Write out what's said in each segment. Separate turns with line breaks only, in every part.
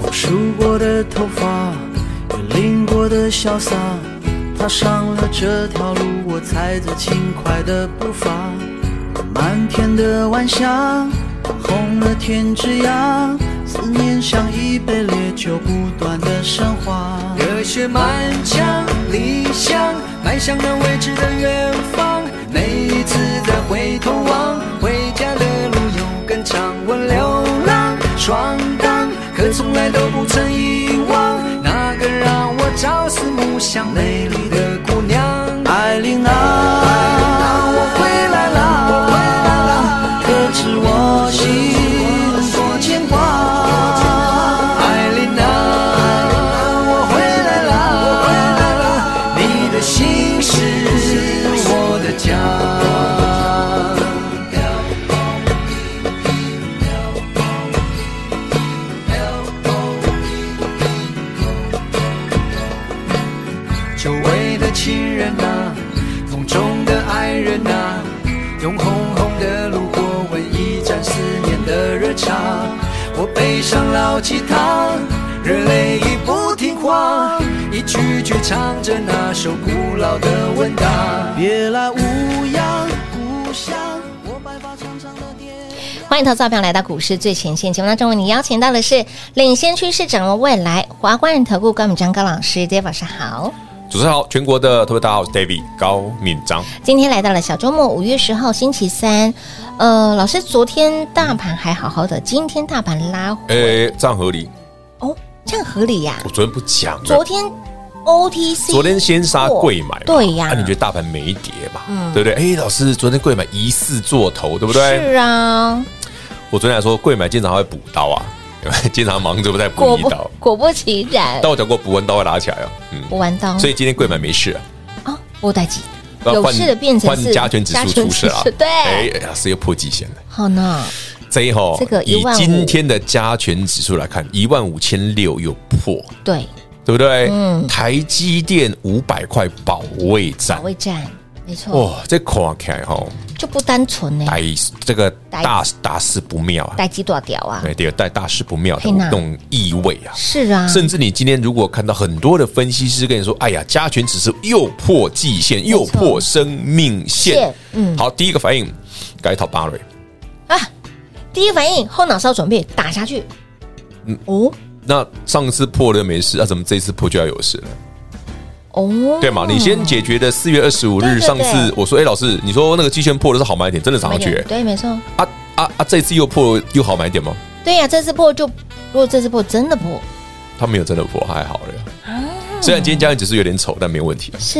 风梳过的头发，雨淋过的潇洒，踏上了这条路，我踩着轻快的步伐。漫天的晚霞，红了天之涯，思念像一杯烈酒不断的升华。热血满腔理想，迈向那未知的远方。每一次再回头望，回家的路有更长。我流浪闯荡，可从来都不曾遗忘那个让我朝思暮想美丽的姑娘艾琳娜。我回来啦，我回来啦，可知我心多牵挂。艾琳娜，我回来啦，我回来啦，你的心是我的家。久违的亲人啊，梦中的爱人啊，用红红的路过温一盏思念的热茶。我背上老吉他，热泪已不听话，一句句唱着那首古老的问答。别来无恙故乡，我白发长长的蝶。
欢迎投资者朋友来到股市最前线节目当中，为你邀请到的是领先趋势、掌握未来华冠投顾高敏章高老师，大家晚上好。
主持人好，全国的特别大家好，我是 David 高敏章。
今天来到了小周末，五月十号星期三。呃，老师，昨天大盘还好好的，今天大盘拉回
诶、这样合理？
哦，这样合理呀、
我昨天不讲了，
昨天 OTC，
昨天先杀贵买嘛，啊
对呀、嗯
那、你觉得大盘没跌嘛？对不对？哎、老师，昨天贵买疑似做头，对不对？
是啊，
我昨天还说贵买经常会补刀啊， 有没有经常忙着不在补
果
一
不
刀，
果不其然，
但我讲过补完刀会拿起来啊，嗯，
我玩到
所以今天贵买没事啊。
啊，我待机，
那
有
换
事的变成
换
是
加权指数出事啊，
对，
哎、哎老师又破季线了。
好呢，
这一吼，
这个
以
15,000
今天的加权指数来看，一万五千六又破，
对，
对不对？
嗯
台积电五百块保卫战
保，卫战，没错，
哇，这看起来吼，
就不单纯呢，
大这个
大
大大事不妙啊，
待机多少屌啊，
对，第二带大事不妙的
嘿呐
那种意味啊。
是啊，
甚至你今天如果看到很多的分析师跟你说：“哎呀，加权指数又破季线，又破生命线
线。”嗯
好，第一个反应该讨巴瑞，
啊，第一反应后脑勺准备打下去，
嗯
哦
那上次破了没事，那、怎么这次破就要有事了？
嗯哦，
对嘛？你先解决的四月二十五
对
日，
对
上
对
次我说，哎，老师，你说那个季线破的是好买点，真的涨上去、哎
对，没错，
啊啊啊！这次又破又好买点吗？
对呀，这次破就如果这次破真的破
它没有真的破，还好了。
啊
虽然今天加权指数有点丑，但没有问题啊。
是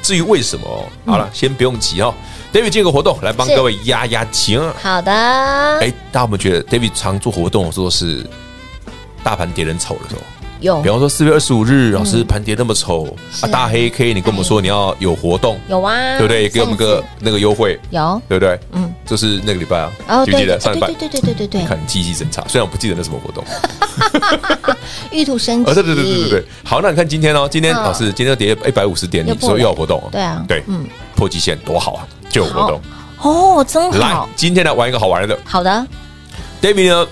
至于为什么哦，好了，先不用急哦。David 这个活动来帮
嗯是
各位压压惊啊。
好的，
哎，大家有没有觉得 David 常做活动，说是大盘跌得很丑的时候？
有
比方说四月二十五
嗯
日，老师盘跌那么丑啊，大黑 K，你跟我们说你要有活动，
有啊，
对不对？给我们个
嗯上次
那个优惠，
有。
对不对？
嗯，
就是那个礼拜啊，
哦，
记不
对对
记得上礼拜
对？对对对对对
你
对，
看你记忆真差，虽然我不记得那什么活动，
玉兔升级，
哦，对对对对对对，好，那你看今天哦，今天
嗯
老师今天跌一百五十点，
又
你
破
说
了
又有活动哦，
对啊
对，
嗯
破极限多好啊，就有活动。
哦，真
来
好，，
今天来玩一个好玩的
好的，
，David 呢，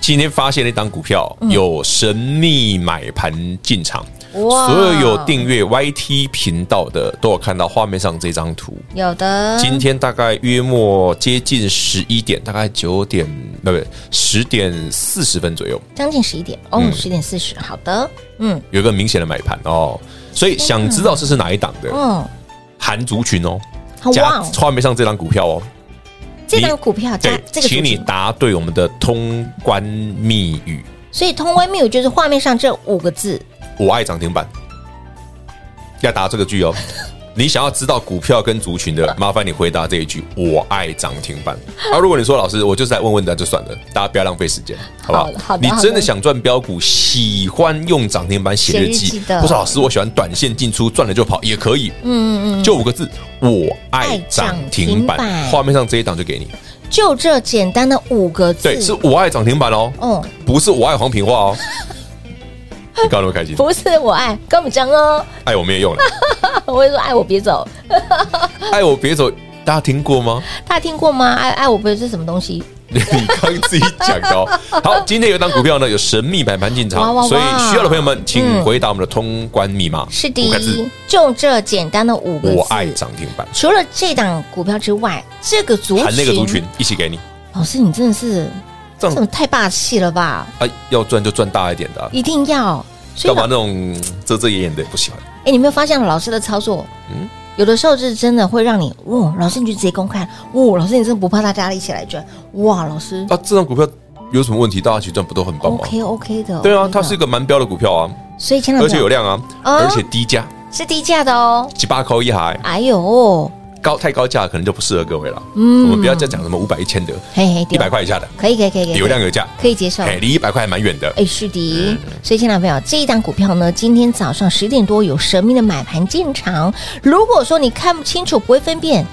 今天发现了一档股票
嗯
有神秘买盘进场，
哇
所有有订阅 YT 频道的都有看到画面上这张图。
有的，
今天大概约莫接近十一点，大概九点，不不，十点四十分左右，
将近十一点，
嗯
哦，十点四十，好的，嗯
有一个明显的买盘哦。所以想知道这是哪一档的
嗯，
韩族群哦
好，
加
哇哦
画面上这档股票哦，
这档股票价
对，
这个族
请你
群，
答对我们的通关密语，
所以通关密语就是画面上这五个字，
我爱涨停板，要答这 个句哦。你想要知道股票跟族群的，麻烦你回答这一句：我爱涨停板。啊，如果你说老师，我就是来问问的，就算了，大家不要浪费时间，好不好
好的？好的
你
好的
真的想赚标股，喜欢用涨停板写日
写
记
日记的，
不是老师，我喜欢短线进出，赚了就跑也可以，
嗯嗯嗯，
就五个字：我爱涨停板
爱涨停板。
画面上这一档就给你，
就这简单的五个字，
对，是我爱涨停板哦，
哦，
不是我爱黄平话 哦。你搞得那么开心，
不是我爱，跟我们讲哦，
爱我没有用了，
我会说爱我别走，
爱我别走，大家听 过吗？
大家听过吗？爱爱我别走是什么东西？
你刚自己讲的、哦。好，今天有一档股票呢，有神秘买盘进
哇
场
哇，哇
所以需要的朋友们，请
嗯
回答我们的通关密码。
是
五个
的
字，
就这简单的五个字。
我爱涨停板，
除了这档股票之外，这个族群，
含那个族群，嗯一起给你。
老师你真的是
这
这
样
种太霸气了吧？
啊，要赚就赚大一点的啊、
一定要。所以老，
干嘛那种遮遮掩掩的不喜欢？
哎，你有没有发现老师的操作？
嗯
有的时候是真的会让你，哇，老师你就直接公开，哇，老师你真的不怕大家一起来赚，哇，老师、
啊，这张股票有什么问题？大家一起赚不都很棒吗？
OK OK 的，
对啊
OK，的
它是一个蛮标的股票啊，
所以前两
而且有量啊，
嗯哦
而且低价，
是低价的哦，
七八扣一还
哎呦，
高太高价可能就不适合各位了。
嗯
我们不要再讲什么五百一千的，
嘿嘿，
一
对
百块以下的，
可以可以可以可以，
有量有嗯价，
可以接受，
哎，离一百块还蛮远的。
哎，是的，所以，亲爱的朋友，这一档股票呢，今天早上十点多有神秘的买盘进场。如果说你看不清楚、不会分辨，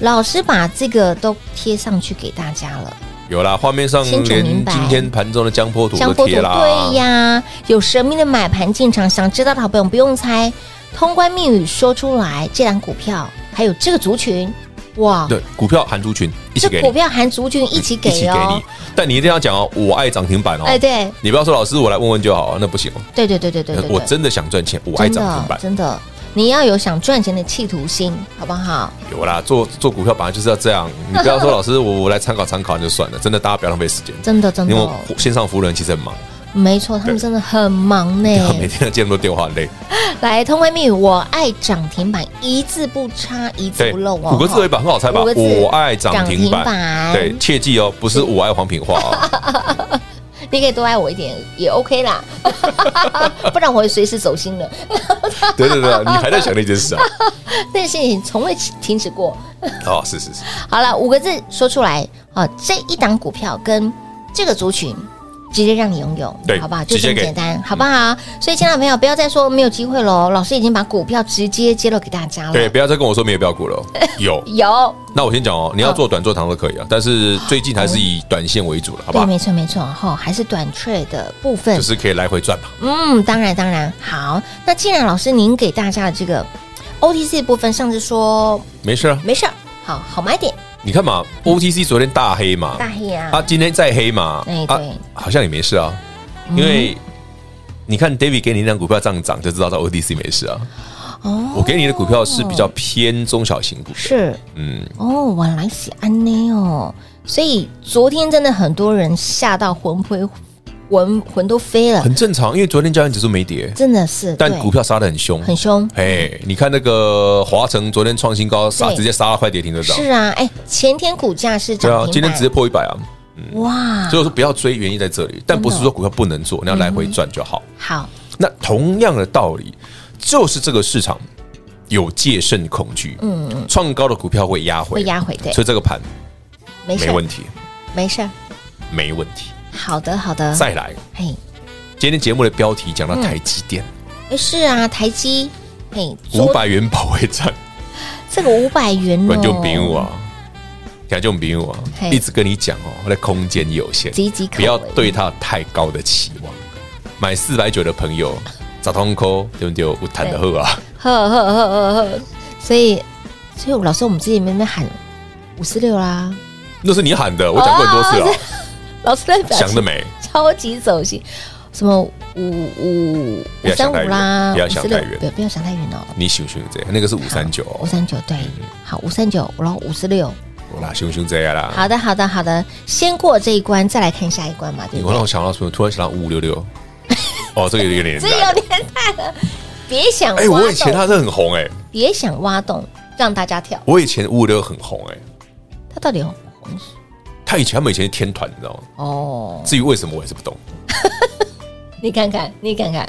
老师把这个都贴上去给大家了。
有啦，画面上
清楚
连
明白
今天盘中的江波图
香
都
波图
贴啦。
对呀，有神秘的买盘进场，想知道的好朋友不用猜，通关密语说出来，这档股票还有这个族群，哇，
对股票含族群一起
这
给
股
你，
票含族群一起给哦
你。，但你一定要讲哦，我爱涨停板哦。
哎，对
你不要说老师，我来问问就好，那不行哦。
对对对对对对，
我
对
真的想赚钱，我爱涨停板。
真的真的，你要有想赚钱的企图心，好不好？
有啦，做做股票本来就是要这样，你不要说老师，我我来参考参考那就算了，真的大家不要浪费时间。
真的真
因
的
为
哦，
我线上服务人其实很忙，
没错，他们真的很忙呢。
每天要接那么多电话很累。
来，通关密语，我爱涨停板，一字不差，一字不漏哦。
五个字而已吧，很好猜吧？
五个字
我爱涨停
涨停
板，
板
对，切记哦，不是我爱黄品 化哦。
你可以多爱我一点，也 OK 啦， 不然我会随时走心了。
对对对，你还在想那件事 啊？
但是你从未停止过。
哦，是是是。
好了，五个字说出来，好、这一档股票跟这个族群。直接让你拥有，
对
好不好？就
直
这
接
么
给嗯
简单，好不好？所以，亲爱的朋友，不要再说没有机会喽。老师已经把股票直接揭露给大家了。
对，，不要再跟我说没有标 股了。有，
有，
那我先讲哦，你要做短做长都可以啊，但是最近还是以短线为主了，好
对，
吧？
没错，没错，哈、还是短缺的部分。
就是可以来回转嘛。
嗯，当然，当然，好。那既然老师您给大家的这个 OTC 的部分，上次说
没事啊，
没事儿，好好买点
你看嘛，OTC 昨天大黑嘛，
大黑啊，
啊，今天再黑嘛
哎，
啊
对，嗯
好像也没事啊，因为你看 David 给你那张股票这样涨，就知道到 OTC 没事啊。
哦
我给你的股票是比较偏中小型股，
是
嗯，
哦，晚来喜安呢哦。所以昨天真的很多人吓到魂飞魂魂都飞了，
很正常，因为昨天交易指数没跌，
真的是，
但
对
股票杀的很凶，
很凶。
哎，你看那个华城昨天创新高，杀
对
直接杀到快跌停的涨，
是啊，哎，前天股价是涨
对
停
啊，
板，啊
今天直接破一百啊，
哇，
所以我说不要追，原因在这里，但不是说股票不能做，你要来回转就好。
好，
那同样的道理，就是这个市场有戒慎恐惧，嗯，创高的股票会压
会
回，
压回对
所以这个盘
没事
没
儿，
问题，
没事儿，
没问题。
好的，好的，
再来，
嘿，
今天节目的标题讲到
嗯
台积电
哎是啊，台积，嘿，昨
五百元保卫战，
哦这个五百元哦，
观众朋友啊，观众朋友啊
嘿，
一直跟你讲哦，我的空间有限，
岌岌可危
不要对它太高的期望。买四百九的朋友，砸通扣对不对？我谈的后啊，
呵呵呵呵呵，所以所以老师我们自己那边喊五十六啦，
那是你喊的，我讲过很多
哦
次了，
啊老师的表情
想得美。
超级走心，什么五五
不
五
要
三
想
五
太远
啦，
不要想太远
不要不要想太远哦，
你想想这，那个是五三九，嗯
五三九对，好五三九，然后五十六，
我啦，想想这样啦。
好的好的好的，先过这一关，再来看下一关嘛，对
你
不
会让
对
我？想到什么？突然想到五五六 六，哦，这个有点
这
年
有
代。
年代了，别想挖
哎，我以前
洞，
它是很红哎，
别想挖洞，让大家跳，
我以前五五六很红哎，
它到底
他以前他们以前是天团，你知道吗？
哦，
至于为什么我也是不懂。
你看看，你看看，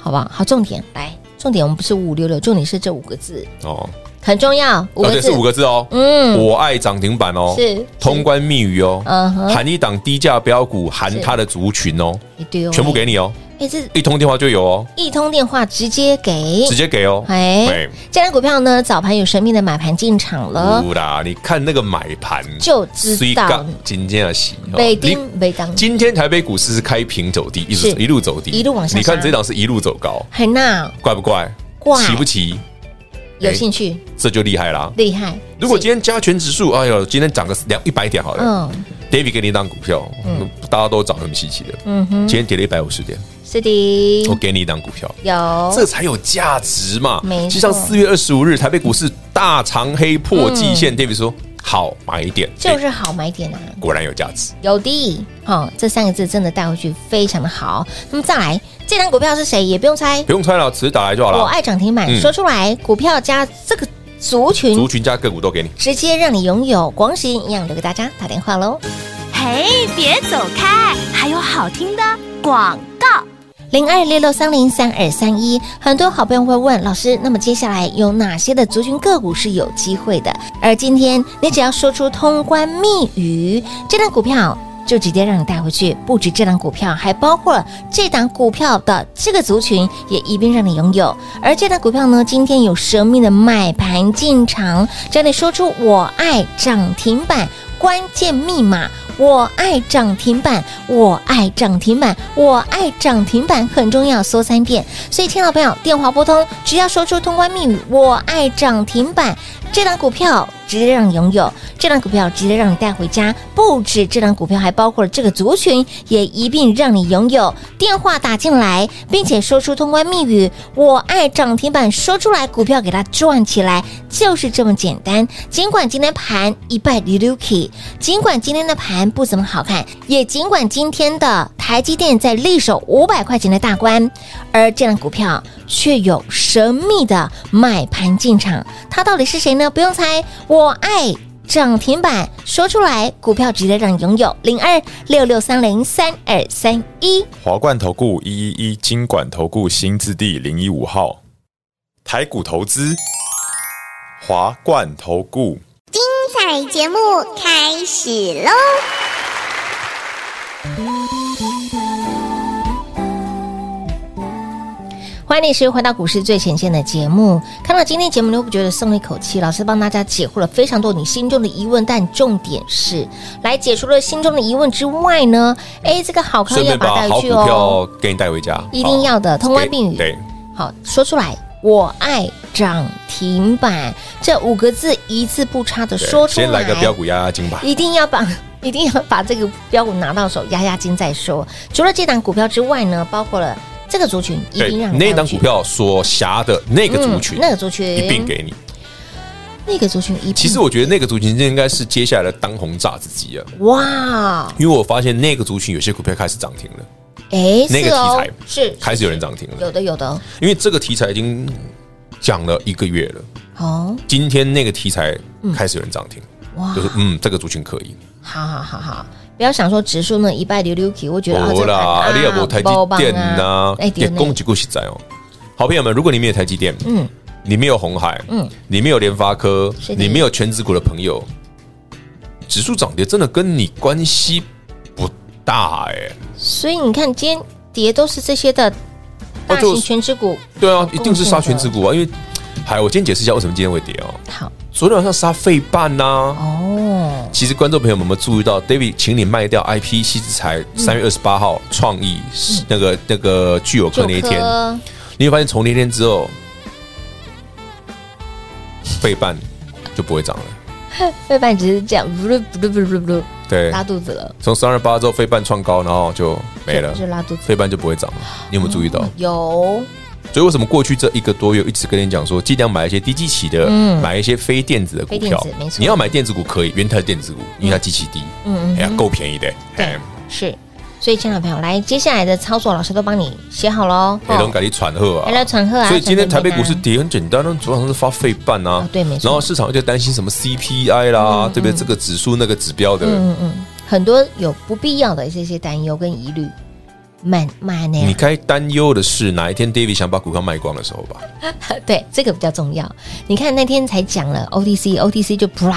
好不好？好，重点来，重点我们不是五五六六，重点是这五个字
哦，
很重要，五
啊
个
对，
字，
是五个字哦。
嗯
我爱涨停板哦，
是是
通关密语哦，
嗯哼
含一档低价标股，含
是
它的族群哦，
一对哦，
全部给你哦，
哎，这
一通电话就有哦，
一通电话直接给
直。接给哦。
哎
哎，
这张股票呢，早盘有神秘的买盘进场了，
不啦，你看那个买盘
哦就知道
今天的洗，哦
北
你
丁北当，
今天台北股市是开平走低，一
是
直一路走低，
一路往下
你看
杀
这档是一路走高，
海娜
怪不怪？
怪
奇不奇？
有
哎
兴趣，
这就厉害啦！
厉害。
如果
是
今天加权指数，哎呦，今天涨个两一百点好了。
嗯
David 给你一档股票，大家都涨很稀奇的。
嗯哼，嗯
今天跌了一百五十点，
是
我
的，
给你一档股票，
有
这才有价值嘛
没。错
就像四月二十五日台北股市大长黑破季线，David 说好买点，
嗯就
哎
是好买点啊，
果然有价值。
有的哦，这三个字真的带回去非常的好。那么再来，这张股票是谁也不用猜
不，用猜了，直接打来就好
我
了。
爱涨停板，
嗯
说出来，股票加这个族群
族，群加个股都给你。
直接让你拥有。广喜营养留给大家打电话喽。
嘿，别走开，还有好听的广告。
零二六六三零三二三一，很多好朋友会问老师，那么接下来有哪些的族群个股是有机会的？而今天你只要说出通关密语，这档股票就直接让你带回去。不止这档股票，还包括了这档股票的这个族群也一并让你拥有。而这档股票呢，今天有神秘的买盘进场，只要你说出“我爱涨停板”关键密码。我爱涨停板，我爱涨停板，我爱涨停板很重要，说三遍。所以，亲爱的朋友，电话拨通，只要说出通关密语“我爱涨停板”，这档股票直接让你拥有，这档股票直接让你带回家。不止这档股票，还包括了这个族群，也一并让你拥有。电话打进来，并且说出通关密语“我爱涨停板”，说出来，股票给它赚起来，就是这么简单。尽管今天盘一败离 l u k y 尽管今天的盘不怎么好看，也尽管今天的台积电在力守五百块钱的大关，而这档股票却有神秘的买盘进场，它到底是谁呢？不用猜，我爱。涨停板说出来，股票值得让你拥有。零二六六三零三二三一。
华冠投顾一一一金管投顾新字第零一五号，台股投资，华冠投顾。
彩节目开始喽！
欢迎你，是回到股市最前线的节目。看到今天节目，你会不会觉得松了一口气？老师帮大家解惑了非常多你心中的疑问，但重点是，来解除了心中的疑问之外呢，哎，这个好康
顺
要
便
把它
把
带回
好
去
股
哦，
票给你带回家，
一定要的，通关
对
密语，
对，
好说出来。我爱涨停板这五个字一字不差的
对
说出来，
先来个标股压压惊吧。
一定要把 一定要把这个标股拿到手，压压惊再说。除了这档股票之外呢，包括了这个族群，一
对
定让，你
那
带
档
回去
股票所辖的那个族群
嗯，那个族群嗯
一并给你。
那个族群一并。
其实我觉得那个族群应该是接下来的当红炸子鸡啊，
哇，
因为我发现那个族群有些股票开始涨停了，
哎，
那个
是哦
题材
是
开始有人涨停
有
了。
的有的
因为这个题材已经讲了一个月了，
哦，
今天那个题材开始有人涨停，
嗯哇
就，是嗯，这个族群可以。
好好好好。不要想说指数呢一败溜溜去，我觉得啊，
不
这个
哦啦，
盘
你也没有台积电呐、
哎，对
也供
呢，
给股实在哦。好朋友们，如果你没有台积电，
嗯，
你没有红海，
嗯
嗯，你没有联发科
是，的
你没有全指股的朋友，指数涨跌真的跟你关系不大哎、
所以你看今天跌都是这些的大
那就
型全指股，
对啊，一定是杀全指
哦
股啊，因为。嗨，我今天解释一下为什么今天会跌哦。
好
昨天晚上杀费半呐、
哦，
其实观众朋友们有没有注意到，David 请你卖掉 IP 西之财三月二十八号创意、
嗯
那个那个聚友科
九
那一天，
颗
你会发现从那天之后，背半就不会涨了。
背板只是这样，不噜不噜不噜不噜
对，
拉肚子了，
从三二八之后飞半创高，然后就没了
就，就拉肚子。
飞半就不会涨了。你有没有注意到？
哦有
所以为什么过去这一个多月一直跟你讲说，尽量买一些低基期的，
嗯
买一些非电子的股
非电
票
子没错。
你要买电子股可以，原台电子股，因为它基期低，
嗯嗯
哎呀够便宜的。
对
哎
是。所以，亲爱的朋友，来接下来的操作，老师都帮你写好喽。
黑龙
哦
给你喘喝啊
来。了传贺啊！
所以今天台
传
北
给大
股
家
市跌很简单啊，主要上是发废半啊
啊，对没错
然后市场就担心什么 CPI 啦，对不对？这个指数那个指标的，
嗯嗯，很多有不必要的这些担忧跟疑虑，慢慢
你
呢，
该担忧的是哪一天 David 想把股票卖光的时候吧？
对，这个比较重要。你看那天才讲了 OTC，OTC 就啪，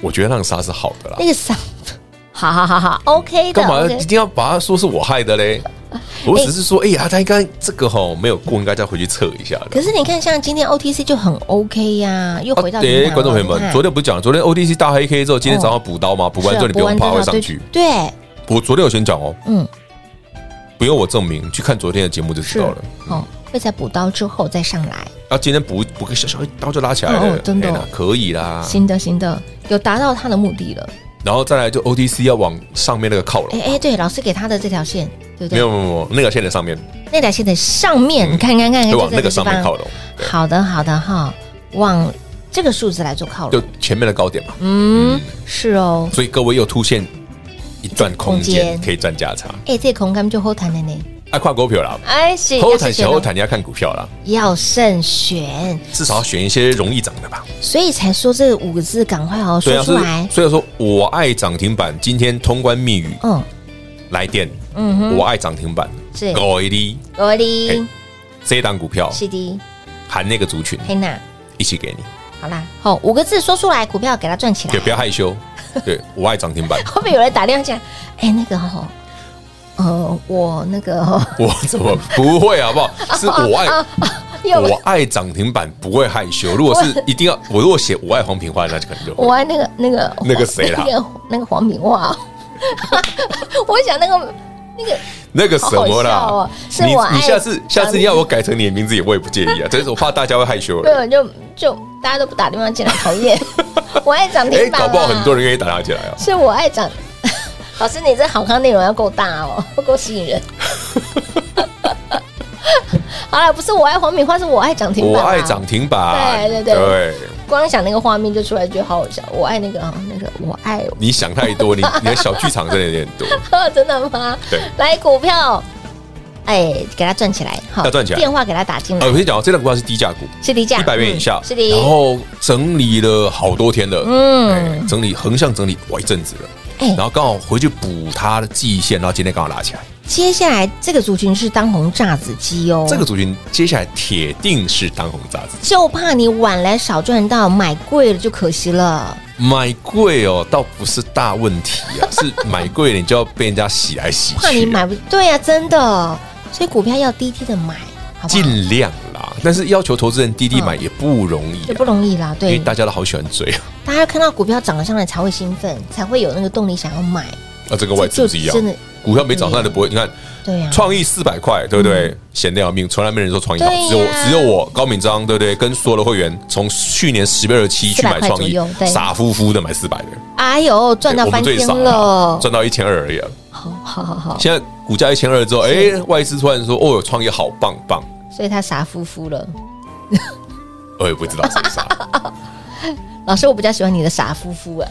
我觉得那个杀是好的啦
那。个嗓， 好好好好，OK 哎的
干嘛
，OK
一定要把它说是我害的嘞？我只是说，哎呀，他应该这个吼没有过，应该再回去测一下的。啊
可是你看，像今天 OTC 就很 OK 呀、又回到
对
平常了、
观众朋友
你看
们，昨天不讲，昨天 OTC 大黑 K 之后，今天早上补刀嘛，补完之
是啊
后你不用怕
补完
会
之后
上去。
哦对，对
我昨天有先讲哦，
嗯，
不用我证明，去看昨天的节目就知
是
道了。
哦，会在补刀之后再上来，
啊，今天补补个小小一刀就拉起来了，
哦真的哦
哎呀可以啦。
新的新的有达到他的目的了。
然后再来就 OTC 要往上面那个靠
哎
拢，
哎，对，老师给他的这条线，对不
哦没
对
有？没有没有，那个线的上面
那条线的上面，你看看看看，
会
就
往
在这
那个
个
上
地
面
方
靠拢，
好的，好的哈，往这个数字来做靠
就
拢。
前面的高点嘛。
嗯，是哦。
所以各位又出现一段空
空间
间可以赚价差，
哎、这空干就后谈了呢。
爱看股票啦，
哎，是
后
要慎
谈小
选
后
哦，
谈你要看股票啦，
要慎选，
至少要选一些容易涨的吧。
所以才说这五个字，赶快哦
对
说
啊，
出
所以
来。
所以说我爱涨停板，今天通关密语
嗯
来电，
嗯哼，
我爱涨停板，
是
高 AD
我
哎
的
这一档股票
是的，
含那个族群
黑娜，
一起给你，
好啦，好五个字说出来，股票给它赚起来
对，。不要害羞，对我爱涨停板，
后面有人打电话讲，哎、那个哈、呃，我那个、哦、
我怎么不会好不好？是我爱。
又
我爱涨停板不会害羞，如果是一定要我如果写我爱黄平花，那就可能就会
我爱那个那个
那个谁
那
啦
个 那个黄敏华 哦，我想那个那个
那个 什么啦，
好好笑哦是
你
我爱
你下次下次
讲
你要我改成你的名字也我也不介意啊，但是我怕大家会害羞
没
了。
有就就大家都不打电话进来，讨 厌。我爱涨
哎、
停板、啊
搞不好很多人愿意打他起来啊。
是我爱涨。 老师，你这好康内容要够大哦， 够吸引人。好了，不是我爱黄敏花，是我爱涨停
我
板、
爱，涨停板，
对对对
对
光想那个画面就出来，觉得好好笑。我爱那个啊、那个我爱，哦
你想太多，你你的小剧场真的有点多。
真的吗？
对，
来股票，哎，给它赚起来，好
要赚起来
电话给它打进
啊，
来
我，跟你讲哦，这档股票是低价股，
是低价
一百元以下，
嗯是的。
然后整理了好多天了，
嗯
哎整理横向整理哇一阵子了，
哎
然后刚好回去补它的季线，然后今天刚好拉起来。
接下来这个族群是当红炸子鸡哦，
这个族群接下来铁定是当红炸子，
就怕你晚来少赚到，买贵了就可惜了。
买贵哦，倒不是大问题啊，是买贵了你就要被人家洗来洗
怕你
去啊，
买不对呀、真的，所以股票要低低的买，好不好？
尽量啦。但是要求投资人滴滴买也不容易
嗯也
啊
不，容易啦，
因为
对，
大家都好喜欢追啊。
大家看到股票涨上来才会兴奋，才会有那个动力想要买。
啊，这跟外资不是一样
这就真的，
股票没涨上来都不会。你看
对啊呀、
创意四百块，对不对？闲得要命，从来没人说创意好，
嗯对呀
只有我只有我高敏章，对不对？跟所有的会员从去年十月二十七去买
400块
创意
左右对，
傻乎乎的买四百的，
哎呦，赚到
对我
翻
们最啊
天
少
了，哦
赚到一千二而已啊。
好好好好，
现在股价一千二之后，哎，外资突然说，哦，创意好棒棒，
所以他傻乎乎了。
我也不知道是不 是啊。
老师，我比较喜欢你的傻乎乎 啊，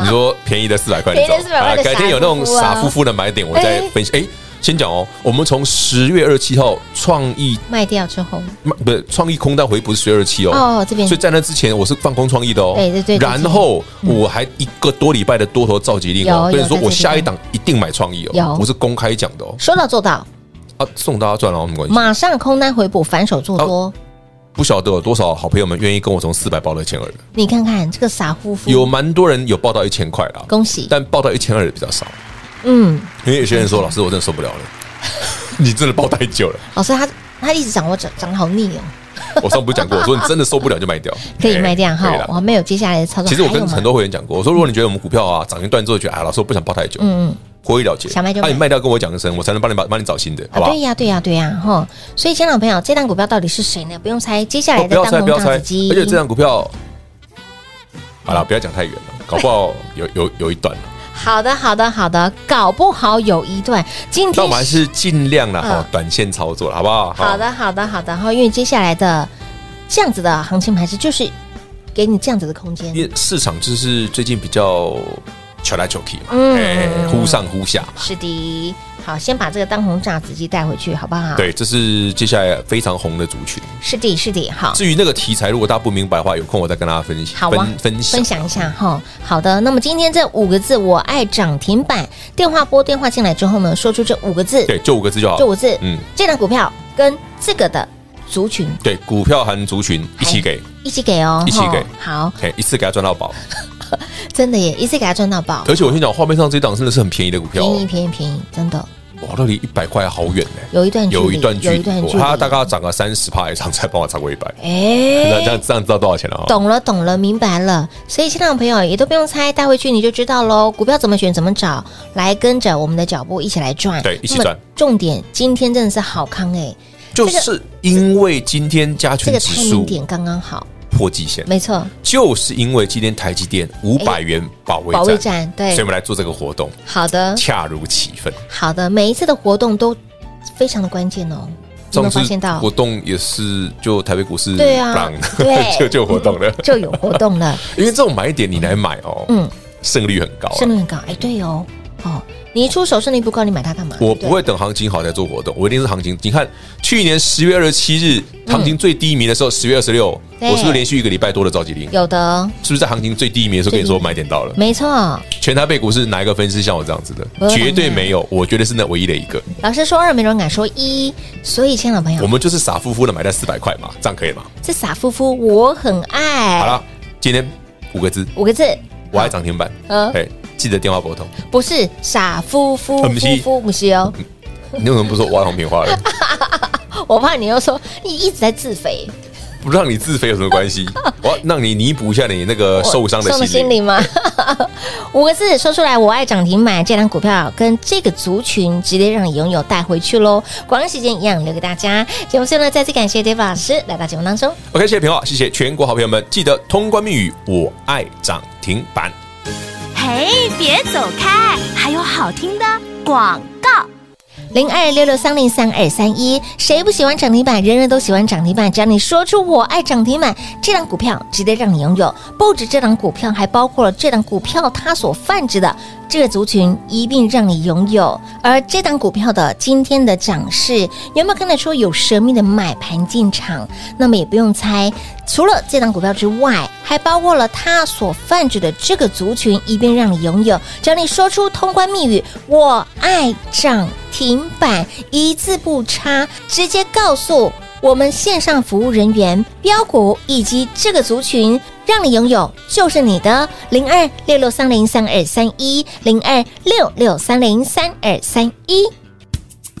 你说便宜的四百块，你
便宜的400块的
改天有那种
傻乎乎啊
傻乎乎的买点，我再
哎
分析。哎，先讲哦，我们从十月二十七号创意
卖掉之后，
卖不是创意空单回不是十月二七哦，
哦这边
所以在那之前我是放空创意的哦，
对对对对
然后我还一个多礼拜的多头召集令哦，
有
跟
有
你说
在
我
这
下一
边
档一定买创意
有
哦，我是公开讲的哦，
说到做到，
啊，送大家赚了有什么关系？
马上空单回补，反手做多。
哦不晓得有多少好朋友们愿意跟我从四百报到一千二，
你看看这个傻乎乎，
有蛮多人有报到一千块啦，
恭喜，
但报到一千二的比较少，
嗯，
因为有些人说老师我真的受不 了了，你真的报太久了，
老师他他一直涨，我涨涨得好腻哦，
我上次不是讲过，我说你真的受不了就卖掉，
可以卖掉
哎
哈
可以啦，
我还没有接下来的操作。
其实我
还有
跟
吗
很多会员讲过，我说如果你觉得我们股票啊涨一段之后觉得啊，老师我不想抱太久，
嗯嗯，
可以了解，
想卖就
那
卖
你卖掉跟我讲一声，我才能帮你把帮你找新的，好
啊
不好
对？呀对呀对呀哈，所以，亲爱的朋友，这档股票到底是谁呢？不用猜，接下来
哦不
的
要猜，
当
不
红
要猜，
炸
而
子鸡，
且这张股票，好了，不要讲太远 了，搞不好有有有一段了，
好的好的好的，搞不好有一段今
但
天
我们还是尽量啦，
嗯
哈，短线操作了，好不好？哦
好的，好的，好的。然后，因为接下来的这样子的行情盘势，就是给你这样子的空间
因。为市场就是最近比较球来球去嘛，
嗯
哎、忽上忽下嘛。
是的，好，先把这个当红炸子鸡带回去，好不好？，
对，这是接下来非常红的族群。
是的，是的，好。
至于那个题材，如果大家不明白的话，有空我再跟大家分析、
好啊
分，分享。
分享一下哈。好的，那么今天这五个字“我爱涨停板”，电话拨电话进来之后呢，说出这五个字，
对，就五个字就好。
这五个字，
嗯，
这档股票跟这个的族群
对，股票含族群一起给，
一起给哦，
一起给
吼好，
哎，一次给他赚到饱。
真的耶，一次给它赚到爆，
而且我先讲，画面上这档真的是很便宜的股票、
便宜
哦，
便宜便宜，真的
哇，到底一百块好远呢、
有一嗯段距离
有一段距
有一
离，
段距
哦
离，
它大概要涨个三十趴以上才帮我超过一百。那这
哎
样。这样知道多少钱了啊？
懂了，懂了，明白了。所以，新浪朋友也都不用猜，带回去你就知道喽。股票怎么选，怎么找，来跟着我们的脚步一起来赚。
对一起
那么
赚
重点，今天真的是好康哎、
就是因为今天加
这
权
个
指
timing
数
点刚刚好，
破季线，
没错，
就是因为今天台积电五百元保卫
哎保卫
战，
战，哎嗯对
所以，我们来做这个活动，
好的，
恰如其分。
好的，每一次的活动都非常的关键哦，你有没有发现到
活？动也是就台北股市
对啊
bang，
对
就就活动 了，
就有活动 了，
因为这种买点你来买哦，
嗯，
胜率很高啊。
胜率很高，哎，对哦，哦，你一出手胜率不高，你买它干嘛？
我
对
不会等行情好才做活动，我一定是行情。你看去年十月二十七日行情最低迷的时候，十月二十六，
对
我是不是连续一个礼拜多的召集令？
有的，
是不是在行情最低迷的时候跟你说买点到了？
没错。
全台北股市哪一个分析像我这样子
不
的？
会
绝对
吧
没有，我觉得是那唯一的一个。
老师说二，没人敢说一，所以，亲爱的朋
我
友，
们就是傻乎乎的买在四百块嘛，这样可以吗？
这傻夫妇我很爱。
好，了，今天五个字，
五个字，
我爱涨停板。
呃，
哎，记得电话拨通。
不是傻夫妇
啊不是
夫夫不是哦，
你为什么不说我爱红平 花了？
我怕你又说你一直在自肥，
不让你自肥有什么关系？我要让你弥补一下你那个受伤的心
心
灵。
灵吗？ 五个字说出来，我爱涨停板这档股票跟这个族群，直接让你拥有带回去喽。广告时间一样留给大家。节目最后呢，再次感谢 David 老师来到节目当中。
OK，谢谢平话，谢谢全国好朋友们，记得通关密语“我爱涨停板”。
嘿，别走开，还有好听的广告。
零二六六三零三二三一，谁不喜欢涨停板？人人都喜欢涨停板。只要你说出“我爱涨停板”，这档股票值得让你拥有。不止这档股票，还包括了这档股票它所泛指的这个族群，一并让你拥有。而这档股票的今天的涨势，有没有看得出有神秘的买盘进场？那么也不用猜，除了这档股票之外，还包括了它所泛指的这个族群，一并让你拥有。只要你说出通关密语“我爱涨停板”，一字不差，直接告诉我们线上服务人员标股以及这个族群，让你拥有就是你的零二六六三零三二三一零二六六三零三二三一。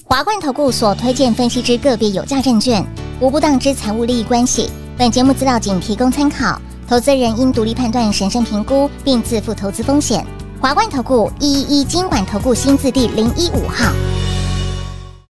华冠投顾所推荐分析之个别有价证券，无不当之财务利益关系。本节目资料仅提供参考，投资人应独立判断、审慎评估，并自负投资风险。华冠投顾一一一金管投顾新字第零一五号。